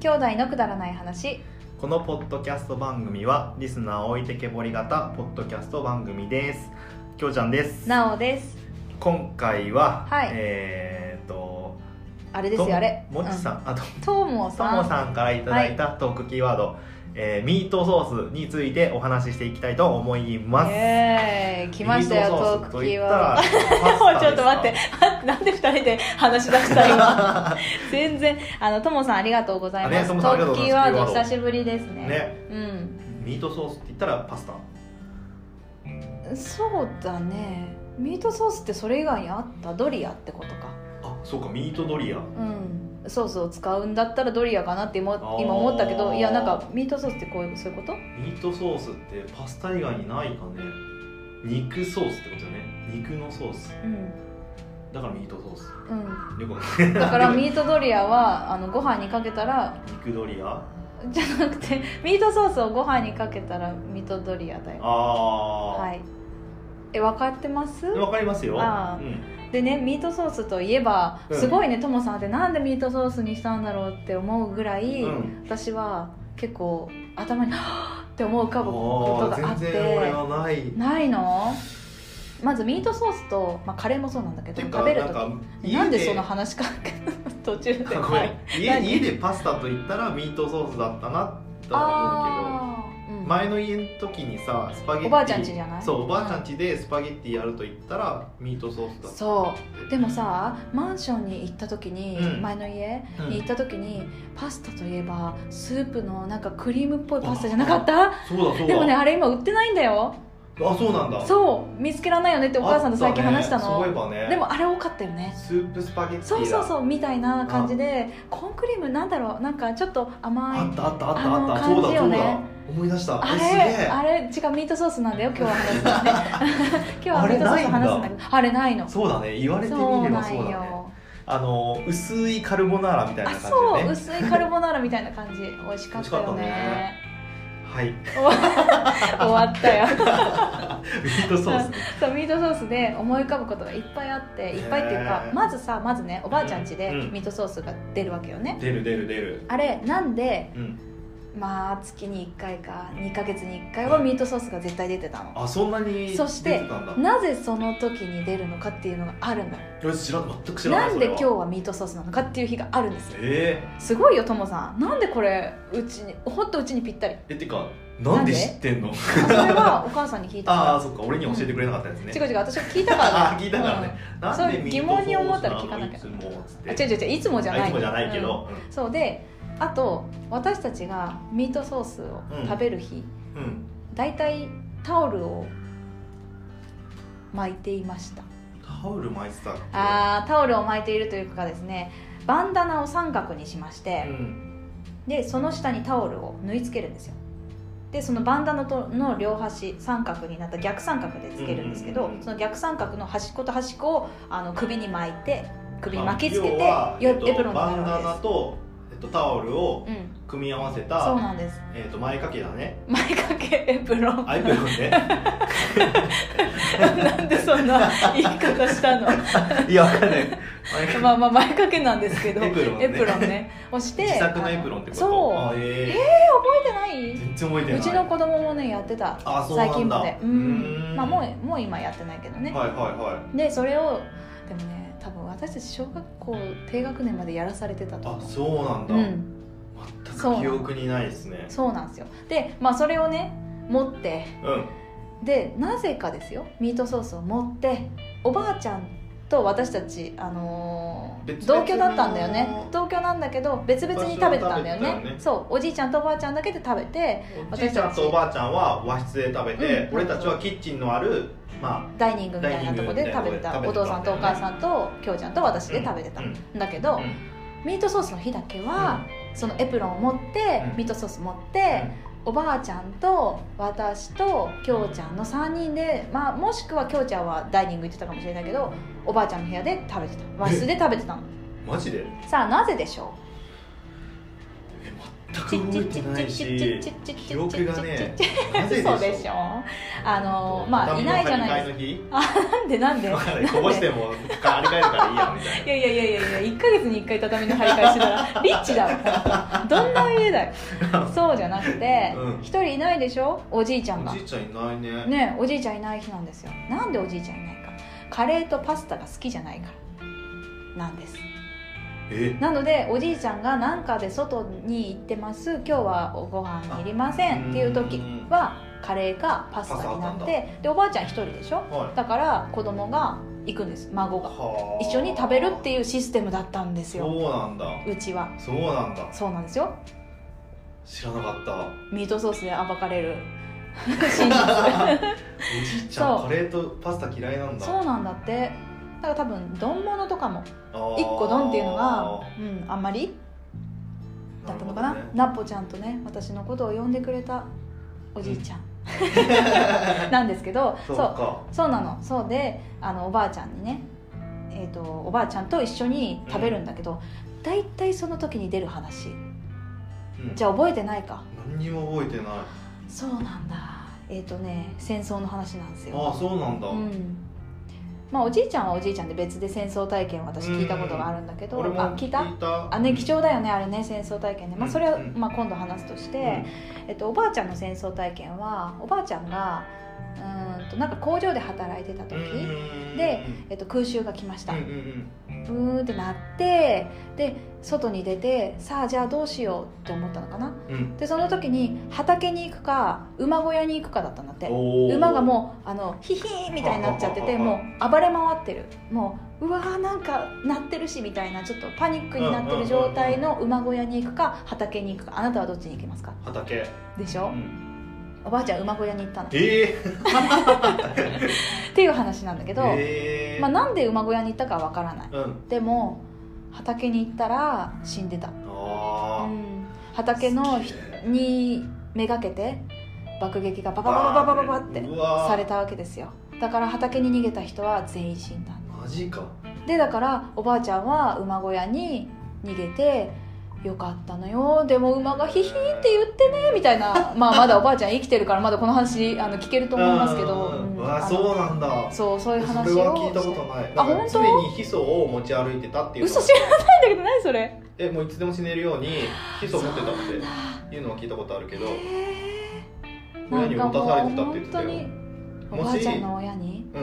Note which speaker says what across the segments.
Speaker 1: 兄弟のくだらない話
Speaker 2: このポッドキャスト番組はリスナー置いてけぼり型ポッドキャスト番組ですきょうちゃんです
Speaker 1: なおです
Speaker 2: 今回は、
Speaker 1: はい
Speaker 2: えーっと
Speaker 1: あれですよあれ
Speaker 2: ともちさん、あと
Speaker 1: うんとも
Speaker 2: と
Speaker 1: さん
Speaker 2: もさんからいただいたトークキーワード、えーミートソースについてお話ししていきたいと思います
Speaker 1: イエーイ来ましたよ
Speaker 2: ミ
Speaker 1: ト
Speaker 2: ソ
Speaker 1: ー
Speaker 2: スと
Speaker 1: クキ
Speaker 2: 言
Speaker 1: ー
Speaker 2: った
Speaker 1: ワード
Speaker 2: ら
Speaker 1: ちょっと待って
Speaker 2: パ
Speaker 1: 待って
Speaker 2: ス
Speaker 1: なんで二人で話し出し
Speaker 2: タ
Speaker 1: た
Speaker 2: です
Speaker 1: 今
Speaker 2: か
Speaker 1: 全然あのともさんありがとうござい
Speaker 2: あ
Speaker 1: ま
Speaker 2: ね
Speaker 1: す
Speaker 2: と
Speaker 1: ト
Speaker 2: もさんありが
Speaker 1: ー
Speaker 2: とう
Speaker 1: ク
Speaker 2: ご
Speaker 1: キ
Speaker 2: ざ
Speaker 1: ー
Speaker 2: いま
Speaker 1: ワ
Speaker 2: す
Speaker 1: ード久しぶりですね
Speaker 2: ね
Speaker 1: う
Speaker 2: ミートソースって言ったらパスタ
Speaker 1: んそうだねミートソースってそれ以外にあったドリアってことか
Speaker 2: あそうかミートドリア
Speaker 1: うんそうそう使うんだったらドリアかなって今
Speaker 2: あー
Speaker 1: 今思ったけどいやなんかミートソースってこういうそういうこと
Speaker 2: ミートソースってパスタ以外にないかね肉ソースってことよね肉のソース
Speaker 1: うん、
Speaker 2: だからミートソース
Speaker 1: うん、
Speaker 2: よくわかんない
Speaker 1: だからミートドリアはあのご飯にかけたら
Speaker 2: 肉ドリア
Speaker 1: じゃなくてミートソースをご飯にかけたらミートドリアだよ
Speaker 2: あー、
Speaker 1: はいえ分かってます
Speaker 2: わかりますよ
Speaker 1: あー
Speaker 2: うん
Speaker 1: でねミートソースといえば
Speaker 2: うん
Speaker 1: すごいねともさんってなんでミートソースにしたんだろうって思うぐらい、
Speaker 2: うん
Speaker 1: 私は結構頭に「はぁって思う浮かぶこと
Speaker 2: あー
Speaker 1: があっ
Speaker 2: 全然俺
Speaker 1: て
Speaker 2: はないて
Speaker 1: ないのまずミートソースと、まあ、カレーもそうなんだけど食べると
Speaker 2: か
Speaker 1: きなんでその話か 途中で、
Speaker 2: ごめん 家
Speaker 1: 何
Speaker 2: 家でパスタと言ったらミートソースだったなとは思う
Speaker 1: ああ、う
Speaker 2: け
Speaker 1: ん
Speaker 2: ど前の家の時にさスパゲッティ
Speaker 1: おばあちゃん家じゃない
Speaker 2: そうおばあちゃん家でスパゲッティやると言ったらミートソースだった
Speaker 1: そうでもさマンションに行った時に、
Speaker 2: うん
Speaker 1: 前の家
Speaker 2: うん
Speaker 1: に行った時に、パスタといえばスープのなんかクリームっぽいパスタじゃなかった
Speaker 2: そうだそうだ
Speaker 1: でもねあれ今売ってないんだよ
Speaker 2: あそうなんだ
Speaker 1: そう見つけられないよねってお母さんと最近話した
Speaker 2: あ
Speaker 1: の
Speaker 2: ったねそういえばね
Speaker 1: でもあれ多かったよね
Speaker 2: スープスパゲッティだ
Speaker 1: そうそうそうみたいな感じでコーンクリームなんだろうなんかちょっと甘い
Speaker 2: あったあったあったあった
Speaker 1: あの
Speaker 2: そうだ
Speaker 1: 感じよ
Speaker 2: そう
Speaker 1: ね
Speaker 2: だ思い出した
Speaker 1: あ
Speaker 2: え
Speaker 1: れあれ違うミートソースなんだよ今日は話すのね今 日はミートソース話すんだけどあれないの
Speaker 2: すげえそうだね言われてみればそうだねあの薄いカルボナーラみたいな
Speaker 1: あ
Speaker 2: 感じ
Speaker 1: そう
Speaker 2: でね
Speaker 1: 薄いカルボナーラみたいな感じ美味しかったよね
Speaker 2: はい
Speaker 1: 終わ終わったよ
Speaker 2: ミートソースね
Speaker 1: そうミートソースで思い浮かぶことがいっぱいあっていっぱいっていうか
Speaker 2: へー
Speaker 1: まずさまずねおばあちゃん家で
Speaker 2: うん
Speaker 1: ミートソースが出るわけよね、
Speaker 2: 出る出る出る
Speaker 1: あれなんで
Speaker 2: うん
Speaker 1: まあ月に1回か2ヶ月に1回はミートソースが絶対出てたの
Speaker 2: あそんなに
Speaker 1: そして
Speaker 2: 出てたんだ
Speaker 1: なぜその時に出るのかっていうのがあるのよ
Speaker 2: よし知らん全く知らない
Speaker 1: なんで今日
Speaker 2: それは
Speaker 1: はミートソースなのかっていう日があるんですよ
Speaker 2: え
Speaker 1: すごいよともさんなんでこれうちにほんとうちにぴったり
Speaker 2: ーえてかなんで
Speaker 1: なんで
Speaker 2: 知ってんの
Speaker 1: それはお母さんに聞いた
Speaker 2: ああ
Speaker 1: か
Speaker 2: そっか俺には教えてくれなかったやつ
Speaker 1: ら
Speaker 2: ね
Speaker 1: 違う違う私が聞いたから
Speaker 2: あ あー聞いたからね、
Speaker 1: そ
Speaker 2: な
Speaker 1: うん
Speaker 2: でミートソース
Speaker 1: 疑問に思ったら聞かなきゃ
Speaker 2: いつもつっ
Speaker 1: うんあ
Speaker 2: て
Speaker 1: 違う違う違ういつもじゃない
Speaker 2: あいつもじゃないけど、
Speaker 1: うんそうであと私たちがミートソースを食べる日、
Speaker 2: うん
Speaker 1: だいたいタオルを巻いていました
Speaker 2: タオル巻いてたっけ
Speaker 1: あータオルを巻いているというかですねバンダナを三角にしまし
Speaker 2: う
Speaker 1: て、
Speaker 2: ん
Speaker 1: でその下にタオルを縫い付けるんですよでそのバンダナとの両端三角になった逆三角でつけるんですけど、
Speaker 2: うんうんうん
Speaker 1: その逆三角の端っこと端っこをあの首に巻いて首に巻きつけて
Speaker 2: 要は
Speaker 1: よ
Speaker 2: えっと
Speaker 1: エプロンにな
Speaker 2: バ
Speaker 1: る
Speaker 2: ン
Speaker 1: わ
Speaker 2: ダナと、えっと、タオルを
Speaker 1: けです、うん、
Speaker 2: 組み合わせ
Speaker 1: そう
Speaker 2: た、
Speaker 1: なんです
Speaker 2: えっと、前掛けだね
Speaker 1: 前掛けエプロン
Speaker 2: アイプロンね
Speaker 1: なんでそんな言い方したの
Speaker 2: いやわか んない前掛け
Speaker 1: まあまあ前掛けなんですけど
Speaker 2: エプロンね
Speaker 1: エプロンねをして
Speaker 2: 自作のエプロンってこと
Speaker 1: そう
Speaker 2: あえ
Speaker 1: 覚えてない
Speaker 2: ー、全然覚えてな
Speaker 1: う
Speaker 2: い
Speaker 1: ちの子供もねやってた
Speaker 2: あそうな
Speaker 1: 最
Speaker 2: んだ
Speaker 1: 近までう
Speaker 2: うんん
Speaker 1: まあもうもう今やってないけどね、
Speaker 2: はいは
Speaker 1: でそれをでもね多分私たち小学校低学年までやらされてた
Speaker 2: い
Speaker 1: と
Speaker 2: はいあ
Speaker 1: 思う
Speaker 2: そうなんだ、
Speaker 1: うん
Speaker 2: 全
Speaker 1: そう
Speaker 2: く記憶にないですね
Speaker 1: そうなんですよでまあそれをね持って
Speaker 2: うん
Speaker 1: でなぜかですよミートソースを持っておばあちゃんと私たち、あのー
Speaker 2: 別々
Speaker 1: 同
Speaker 2: の
Speaker 1: 居だったんだよね同居なんだけど別々に食べてたんだよ
Speaker 2: 場所を食べてた
Speaker 1: ね
Speaker 2: よね
Speaker 1: そうおじいちゃんとおばあちゃんだけで食べて
Speaker 2: おじいちゃんとおばあちゃんは和室で食べて、
Speaker 1: うん
Speaker 2: 俺たちはキッチンのあるま
Speaker 1: ダイニングみたいなとこで食べて
Speaker 2: ダイ
Speaker 1: た
Speaker 2: ニン
Speaker 1: お
Speaker 2: グで
Speaker 1: 父さんとお母さんときょうちゃんと私で食べてた
Speaker 2: うん
Speaker 1: んだけど、
Speaker 2: あ、うん
Speaker 1: ミートソースの日だけは、そのエプロンを持って、
Speaker 2: うん
Speaker 1: ミートソース持って、おばあちゃんと私ときょうちゃんの3人で、まあ、もしくはきょうちゃんはダイニング行ってたかもしれないけどおばあちゃんの部屋で食べてた和室で食べてたの
Speaker 2: マジで
Speaker 1: さあなぜでしょ
Speaker 2: え全く覚えてないし記憶がねなぜでしょ
Speaker 1: そううでしょあのまあいないじゃないです
Speaker 2: か
Speaker 1: すかなんでなんで
Speaker 2: わかんないこぼしてもあれ帰るからいいやみたい
Speaker 1: いやいやいやいやいや1か月に1回畳の張り替えしてたらリッチだわどんな家だよそうじゃなくて
Speaker 2: うん
Speaker 1: 一人いないでしょおじいちゃんが
Speaker 2: なおじいちゃんいないね
Speaker 1: ねおじいちゃんいない日なんですよなんでおじいちゃんいないかカレーとパスタが好きじゃないからなんです
Speaker 2: え
Speaker 1: なのでおじいちゃんが何かで外に行ってます今日はご飯いりませ
Speaker 2: あ
Speaker 1: んっていう時はカレーかパスタにな
Speaker 2: パスタだ
Speaker 1: っ
Speaker 2: った
Speaker 1: てでおばあちゃん一人でしょ
Speaker 2: は
Speaker 1: だから子供が行くんです孫
Speaker 2: い
Speaker 1: が
Speaker 2: はあ
Speaker 1: 一緒に食べるっていうシステムだったんですよ
Speaker 2: そうなんだ
Speaker 1: うちは
Speaker 2: そうなんだ
Speaker 1: そうなんですよ
Speaker 2: 知らなかった
Speaker 1: ミートソースで暴かれる真実
Speaker 2: おじいちゃん
Speaker 1: そう
Speaker 2: カレーとパスタ嫌いなん だ
Speaker 1: そうなんだってだから多分丼物とかも
Speaker 2: あー
Speaker 1: 1個丼っていうのが、うん、あんまりだったのかな
Speaker 2: るほどね
Speaker 1: ナッポちゃんとね私のことを呼んでくれたおじいちゃん、なんですけど
Speaker 2: そ
Speaker 1: そうう
Speaker 2: か
Speaker 1: そうなのそうであのおばあちゃんにね、えー、とおばあちゃんと一緒に食べるんだけど、大体その時に出る話
Speaker 2: うん
Speaker 1: じゃあ覚えてないか
Speaker 2: 何にも覚えてない
Speaker 1: そうなんだえっ、とね戦争の話なんですよ
Speaker 2: ああそうなんだ、
Speaker 1: うんまあ、おじいちゃんはおじいちゃんで別で戦争体験を私聞いたことがあるんだけど、
Speaker 2: 俺も
Speaker 1: あ聞いたあね貴重だよねあれね戦争体験ね、まあ、それは、まあ、今度話すとして、えっと、おばあちゃんの戦争体験はおばあちゃんがうーんとなんか工場で働いてた時、でえっと、空襲が来ました、
Speaker 2: う
Speaker 1: うん
Speaker 2: うんうん
Speaker 1: ーんってなってで外に出てさあじゃあどうしようって思ったのかな
Speaker 2: うんうん
Speaker 1: でその時に畑に行くか馬小屋に行くかだったんだって
Speaker 2: おー
Speaker 1: 馬がもうあのヒヒーンみたいになっちゃってて
Speaker 2: ははは
Speaker 1: もう暴れ回ってるもううわーなんか鳴ってるしみたいなちょっとパニックになってる状態の馬小屋に行くか畑に行くかあなたはどっちに行きますか
Speaker 2: 畑、
Speaker 1: でし
Speaker 2: う
Speaker 1: ょ
Speaker 2: ん、
Speaker 1: おばあちゃん馬小屋に行ったのっ
Speaker 2: え
Speaker 1: ていう話なんだけ
Speaker 2: ー、
Speaker 1: ど、
Speaker 2: えー、
Speaker 1: まあ、なんで馬小屋に行ったかはわからない
Speaker 2: うん
Speaker 1: でも畑に行ったら死んでた、う
Speaker 2: あー
Speaker 1: ん、畑の
Speaker 2: 好きね
Speaker 1: にめがけて爆撃がババババババババって
Speaker 2: うわー
Speaker 1: されたわけですよだから畑に逃げた人は全員死んだ
Speaker 2: マジか
Speaker 1: でだからおばあちゃんは馬小屋に逃げて「よかったのよでも馬がヒヒーって言ってね」みたい なまあまだおばあちゃん生きてるからまだこの話あの聞けると思いますけど、
Speaker 2: うん
Speaker 1: うん
Speaker 2: わあ
Speaker 1: あの
Speaker 2: そうなんだ
Speaker 1: そうそういう話を
Speaker 2: それは聞いたことな
Speaker 1: あ
Speaker 2: いなんか
Speaker 1: 本当
Speaker 2: 常にヒ素を持ち歩いてたっていうの
Speaker 1: 嘘知らないんだけど何それ
Speaker 2: えもういつでも死ねるようにヒ素を持ってたっ
Speaker 1: そう
Speaker 2: て
Speaker 1: なんだ
Speaker 2: いうのは聞いたことあるけど
Speaker 1: へー
Speaker 2: 親に
Speaker 1: なん
Speaker 2: 持
Speaker 1: か
Speaker 2: た
Speaker 1: もう
Speaker 2: されてたって言
Speaker 1: 本
Speaker 2: ってた
Speaker 1: 当
Speaker 2: よ
Speaker 1: にお
Speaker 2: もし
Speaker 1: ばあちゃんの親に
Speaker 2: う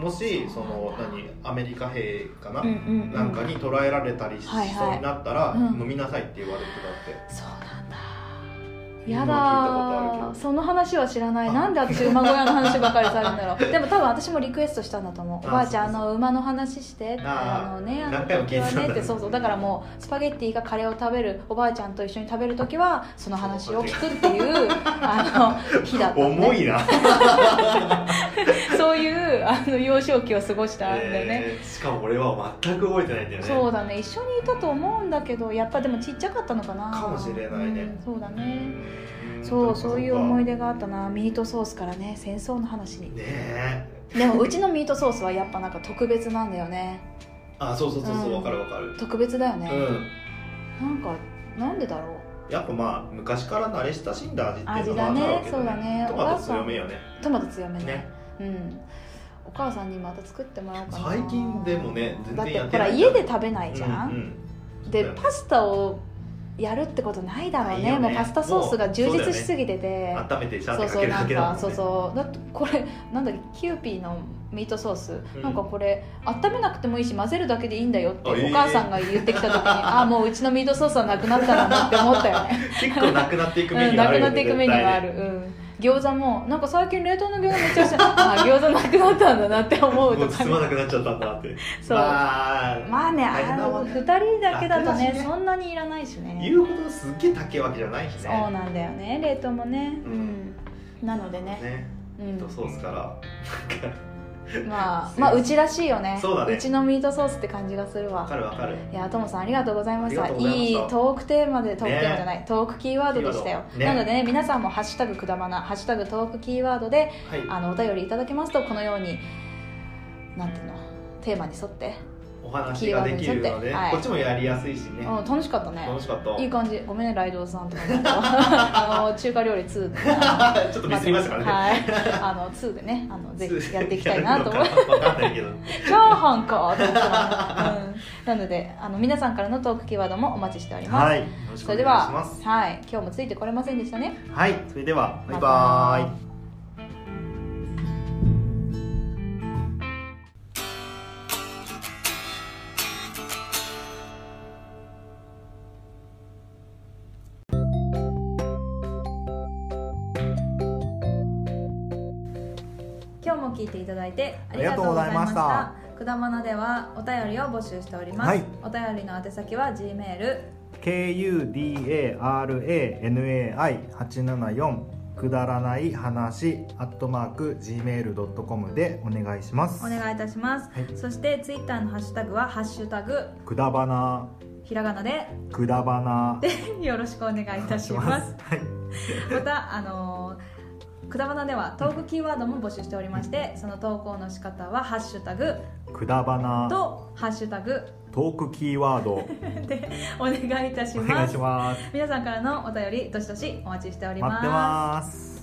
Speaker 2: んもしその何アメリカ兵かな、
Speaker 1: うんうんうん
Speaker 2: なんかに捕らえられたりし
Speaker 1: はいはい
Speaker 2: そうになったら、
Speaker 1: うん
Speaker 2: 飲みなさいって言われてたって
Speaker 1: そうなんだ
Speaker 2: 今
Speaker 1: や
Speaker 2: 聞いたことあ
Speaker 1: だ
Speaker 2: るけど
Speaker 1: その話は知らないなんで私馬小屋の話ばっかりされるんだろう でも多分私もリクエストしたんだと思う
Speaker 2: あ
Speaker 1: おばあちゃんあ
Speaker 2: そうそう
Speaker 1: の馬の話して
Speaker 2: あ
Speaker 1: あの
Speaker 2: ー
Speaker 1: ねあの
Speaker 2: 何回も聞
Speaker 1: 時
Speaker 2: い
Speaker 1: は
Speaker 2: てたん
Speaker 1: ね
Speaker 2: だ
Speaker 1: ってそうそうだからもうスパゲッティがカレーを食べるおばあちゃんと一緒に食べる時はその話を聞くっていう あの日だったんで
Speaker 2: 重いな、
Speaker 1: そういうあの幼少期を過ごしたんだよね、
Speaker 2: えーしかも俺は全く覚えてないんだよね
Speaker 1: そうだね一緒にいたと思うんだけどやっぱでもちっちゃかったのかな
Speaker 2: かもしれないね
Speaker 1: うんそうだ
Speaker 2: う
Speaker 1: ね
Speaker 2: ん
Speaker 1: そうそういう思い
Speaker 2: ね
Speaker 1: 出があったなミートソースからね戦争の話に
Speaker 2: え
Speaker 1: でもうちのミートソースはやっぱなんか特別なんだよね
Speaker 2: あそうそうそうそう
Speaker 1: うん
Speaker 2: わ、かるわかる
Speaker 1: 特別だよ
Speaker 2: う
Speaker 1: ね、
Speaker 2: ん
Speaker 1: なんかなんでだろう
Speaker 2: やっぱまあ昔から慣れ親しんだ味ってい
Speaker 1: 味
Speaker 2: うの
Speaker 1: だ
Speaker 2: もあ
Speaker 1: ね
Speaker 2: るだろうけど
Speaker 1: そうだね
Speaker 2: ト
Speaker 1: お
Speaker 2: マ
Speaker 1: 母
Speaker 2: ト
Speaker 1: さ
Speaker 2: 強め
Speaker 1: ん
Speaker 2: よね
Speaker 1: トマト強めね
Speaker 2: ね
Speaker 1: うんお母さんにまた作ってもらおうかな
Speaker 2: 最近でもね全
Speaker 1: だっ
Speaker 2: 然
Speaker 1: て
Speaker 2: やっ
Speaker 1: ほ
Speaker 2: て
Speaker 1: ら
Speaker 2: ないじゃ
Speaker 1: 家
Speaker 2: ん
Speaker 1: で食べないじゃん、
Speaker 2: うんうん
Speaker 1: で
Speaker 2: そうだよね
Speaker 1: パスタをやるってことないだろう
Speaker 2: ない
Speaker 1: ね
Speaker 2: よね
Speaker 1: もうパスタソースが充実しすぎてて、
Speaker 2: 温めてシャーっ
Speaker 1: そうそう
Speaker 2: てかける
Speaker 1: な
Speaker 2: だ
Speaker 1: ん
Speaker 2: けだもん
Speaker 1: か
Speaker 2: ね
Speaker 1: そうそうだってこれなんだっけキユーピーのミートソース、
Speaker 2: うん
Speaker 1: なんかこれ温めなくてもいいし混ぜるだけでいいんだよって
Speaker 2: あええ
Speaker 1: お母さんが言ってきた時に、 ああもううちのミートソースはなくなったなって思ったよ ね
Speaker 2: 結構なくなっていくメ
Speaker 1: う
Speaker 2: ニ
Speaker 1: ん
Speaker 2: ュー
Speaker 1: な
Speaker 2: ある
Speaker 1: くな
Speaker 2: よね
Speaker 1: っていくメニューがある、うん、餃子もなんか最近冷凍の餃子めっちゃしてあー餃子なくなったんだなって思う
Speaker 2: も
Speaker 1: と
Speaker 2: う
Speaker 1: か
Speaker 2: 包
Speaker 1: ね
Speaker 2: まなくなっちゃったんだって
Speaker 1: そう
Speaker 2: まあ、
Speaker 1: まあね
Speaker 2: 大変
Speaker 1: あ
Speaker 2: だも
Speaker 1: の
Speaker 2: んね
Speaker 1: 2人だけだと
Speaker 2: 楽だ
Speaker 1: ね
Speaker 2: しね
Speaker 1: そんなにいらないしね
Speaker 2: 言うほどすっげえ高いわけじゃないしね
Speaker 1: そうなんだよね冷凍もね、うんなのでね
Speaker 2: ね
Speaker 1: う
Speaker 2: ミ
Speaker 1: ん
Speaker 2: ートソースから
Speaker 1: まあ、まあうちらしいよね
Speaker 2: そうだね
Speaker 1: ちのミートソースって感じがする
Speaker 2: わか
Speaker 1: わ
Speaker 2: るわかる
Speaker 1: いやともさんありがとうございました
Speaker 2: ありがとうございま
Speaker 1: い
Speaker 2: した
Speaker 1: いトークテーマでトークテーマじゃない、トークキーワードでしたよ、
Speaker 2: キーワ
Speaker 1: な
Speaker 2: ードね
Speaker 1: のでね皆さんも「ハッシュタグくだばな」「ハッシュタグトークキーワードで」
Speaker 2: はい
Speaker 1: あのお便りいただけますとこのようになんていうのテーマに沿って
Speaker 2: お話ができるの
Speaker 1: キーワードに沿っ
Speaker 2: で
Speaker 1: てはい
Speaker 2: こっちもやりやすいしね
Speaker 1: うん、楽しかったね
Speaker 2: 楽しかった
Speaker 1: いい感じごめんねライドウさんって感じだっ たわあの中華料理2で、ね、
Speaker 2: ちょっとミスりましたからね、
Speaker 1: はい、あの2でねあのぜひやっていきたいなと思う
Speaker 2: やるのかわかんないけど
Speaker 1: チャーハンかと思ったら、うん、なのであの皆さんからのトークキーワードもお待ちしております、
Speaker 2: はいよろし
Speaker 1: そ
Speaker 2: くお
Speaker 1: れで
Speaker 2: 願い
Speaker 1: は
Speaker 2: します
Speaker 1: はい、今日もついてこれませんでしたね
Speaker 2: はいそれではバイバーイ
Speaker 1: 今日も聞いていただいてありがとうございました
Speaker 2: あ
Speaker 1: くだまなではお便りを募集しております、
Speaker 2: はい
Speaker 1: お便りの宛先は G メール
Speaker 2: KUDARANAI874 くだらない話アットマーク Gmail.com でお願いします
Speaker 1: お願いいたします、
Speaker 2: はい
Speaker 1: そしてツイッターのハッシュタグは「ハッシュタグ
Speaker 2: くだばな
Speaker 1: ひらがなで
Speaker 2: くだばな」
Speaker 1: でよろしくお願いいたします
Speaker 2: はい
Speaker 1: またあのーくだばなではトークキーワードも募集しておりましてその投稿の仕方は「ハッシュタグ
Speaker 2: くだばなト
Speaker 1: と「ハッシュタグ
Speaker 2: ークキーワード」
Speaker 1: でお願いいたし
Speaker 2: お
Speaker 1: ま
Speaker 2: 願い
Speaker 1: す
Speaker 2: します
Speaker 1: 皆さんからのお便りどしどしお待ちしており
Speaker 2: 待ってます